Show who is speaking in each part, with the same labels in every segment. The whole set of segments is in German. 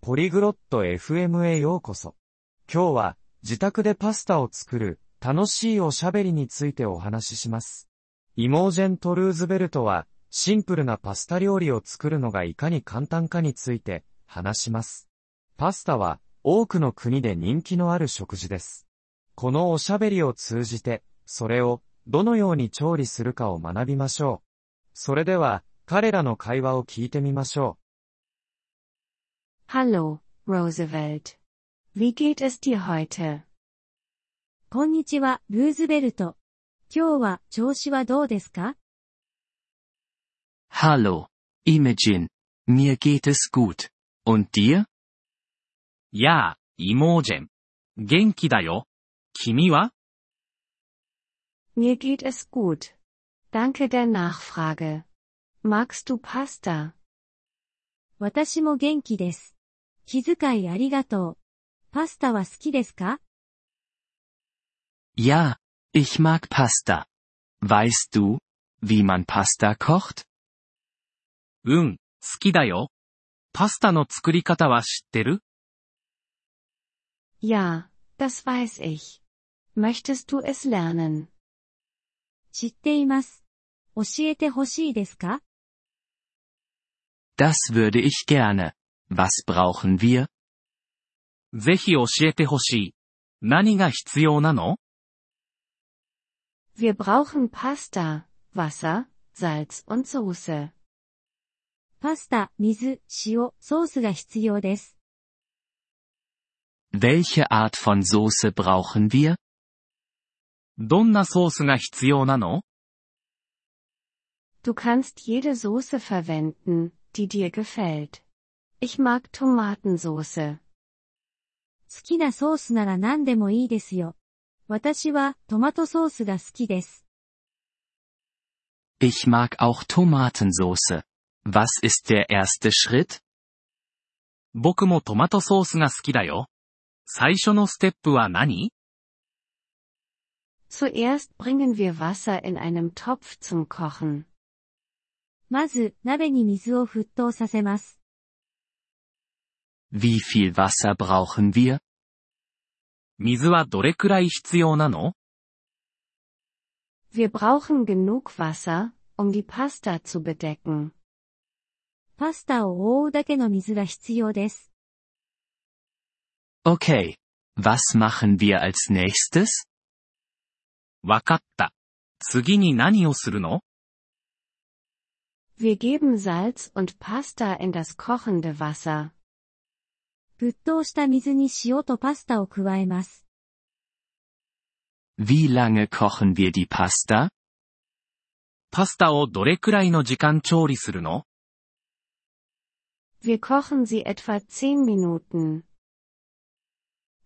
Speaker 1: ポリグロット FM へようこそ。今日は自宅でパスタを作る楽しいおしゃべりについてお話しします。イモージェント・ルーズベルトはシンプルなパスタ料理を作るのがいかに簡単かについて話します。パスタは多くの国で人気のある食事です。このおしゃべりを通じて、それをどのように調理するかを学びましょう。それでは彼らの会話を聞いてみましょ
Speaker 2: う。Hallo, Roosevelt. Wie geht es dir heute?
Speaker 3: こんにちは、ルーズベルト。今日は調子はどうですか
Speaker 4: Hallo, Imogen. Mir geht es gut. Und dir?
Speaker 5: やあ、イモージェン。元気だよ。君は
Speaker 2: Mir geht es gut. Danke der Nachfrage. Magst du Pasta?
Speaker 3: 私も元気です。気遣いありがとう。パスタは好きですか
Speaker 4: Ja, ich mag Pasta. Weißt du, wie man Pasta kocht?
Speaker 5: うん、好きだよ。パスタの作り方は知ってる
Speaker 2: Ja, das weiß ich. Möchtest du es lernen?
Speaker 3: 知っています。教えてほしいですか
Speaker 4: Das würde ich gerne. Was brauchen wir?
Speaker 5: ぜひ教えてほしい。何が必要なの
Speaker 2: Wir brauchen Pasta, Wasser, Salz und Soße.
Speaker 3: パスタ、水、塩、ソースが必要です。
Speaker 4: Welche Art von Soße brauchen wir?
Speaker 5: どんなソースが必要なの
Speaker 2: Du kannst jede Soße verwenden, die dir gefällt. Ich mag Tomatensoße.
Speaker 3: 好きなソースなら何でもいいですよ。私はトマトソースが好きです。
Speaker 4: Ich mag auch Tomatensoße. Was ist der erste Schritt?
Speaker 5: 僕もトマトソースが好きだよ。最初のステップは何
Speaker 2: Zuerst bringen wir Wasser in einem Topf zum Kochen.
Speaker 3: まず、鍋に水を沸騰させます。
Speaker 4: Wie viel Wasser brauchen wir?
Speaker 5: 水はどれくらい必要なの
Speaker 2: Wir brauchen genug Wasser, um die Pasta zu bedecken.
Speaker 3: パスタを覆うだけの水が必要です。
Speaker 4: Okay. Was machen wir als nächstes?
Speaker 5: わかった。次に何をするの
Speaker 2: Wir geben Salz und Pasta in das kochende Wasser.
Speaker 3: 沸騰した水に塩とパスタを加えます。
Speaker 4: Wie lange kochen wir die Pasta?
Speaker 5: パスタをどれくらいの時間調理するの
Speaker 2: Wir kochen sie etwa 10 Minuten.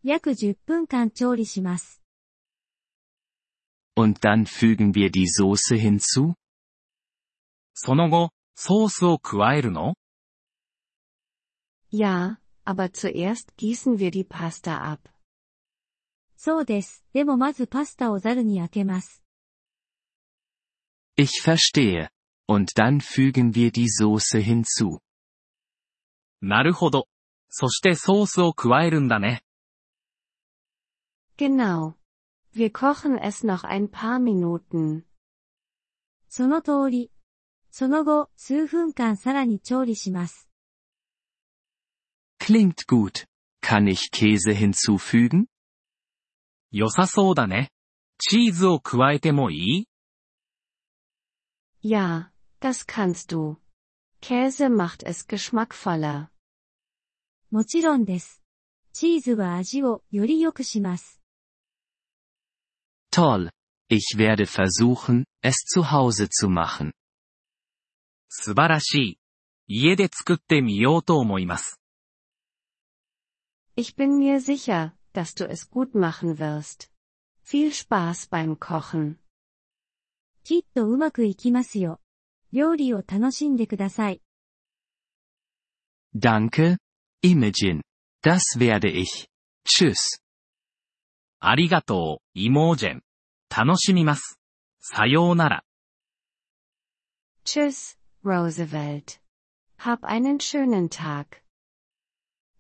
Speaker 3: 約10分間調理します。
Speaker 4: Und dann fügen wir die Soße hinzu?
Speaker 5: その後、ソースを加えるの
Speaker 2: Ja, aber zuerst gießen wir die Pasta ab.
Speaker 3: そうです。でもまずパスタをザルに開けます。
Speaker 4: Ich verstehe. Und dann fügen wir die Soße hinzu.
Speaker 5: なるほど。そしてソースを加えるんだね。
Speaker 2: Genau. Wir kochen es noch ein paar Minuten.
Speaker 3: その通り。その後、数分間さらに調理します。
Speaker 4: Klingt gut. Kann ich Käse hinzufügen?
Speaker 5: 良さそうだね。チーズを加えてもい
Speaker 2: い ?Ja, das kannst du. Käse macht es geschmackvoller.
Speaker 3: もちろんです。チーズは味をより良くします。
Speaker 4: Toll. Ich werde versuchen, es zu Hause zu machen.
Speaker 5: 素晴らしい。家で作ってみようと思います。
Speaker 2: Ich bin mir sicher, dass du es gut machen wirst. Viel Spaß beim Kochen.
Speaker 3: きっとうまくいきますよ。料理を楽しんでください。
Speaker 4: Danke, Imogen. Das werde ich. Tschüss.
Speaker 5: ありがとう、イモージェン。楽しみます。さようなら。
Speaker 2: Tschüss, Roosevelt. Hab einen schönen Tag.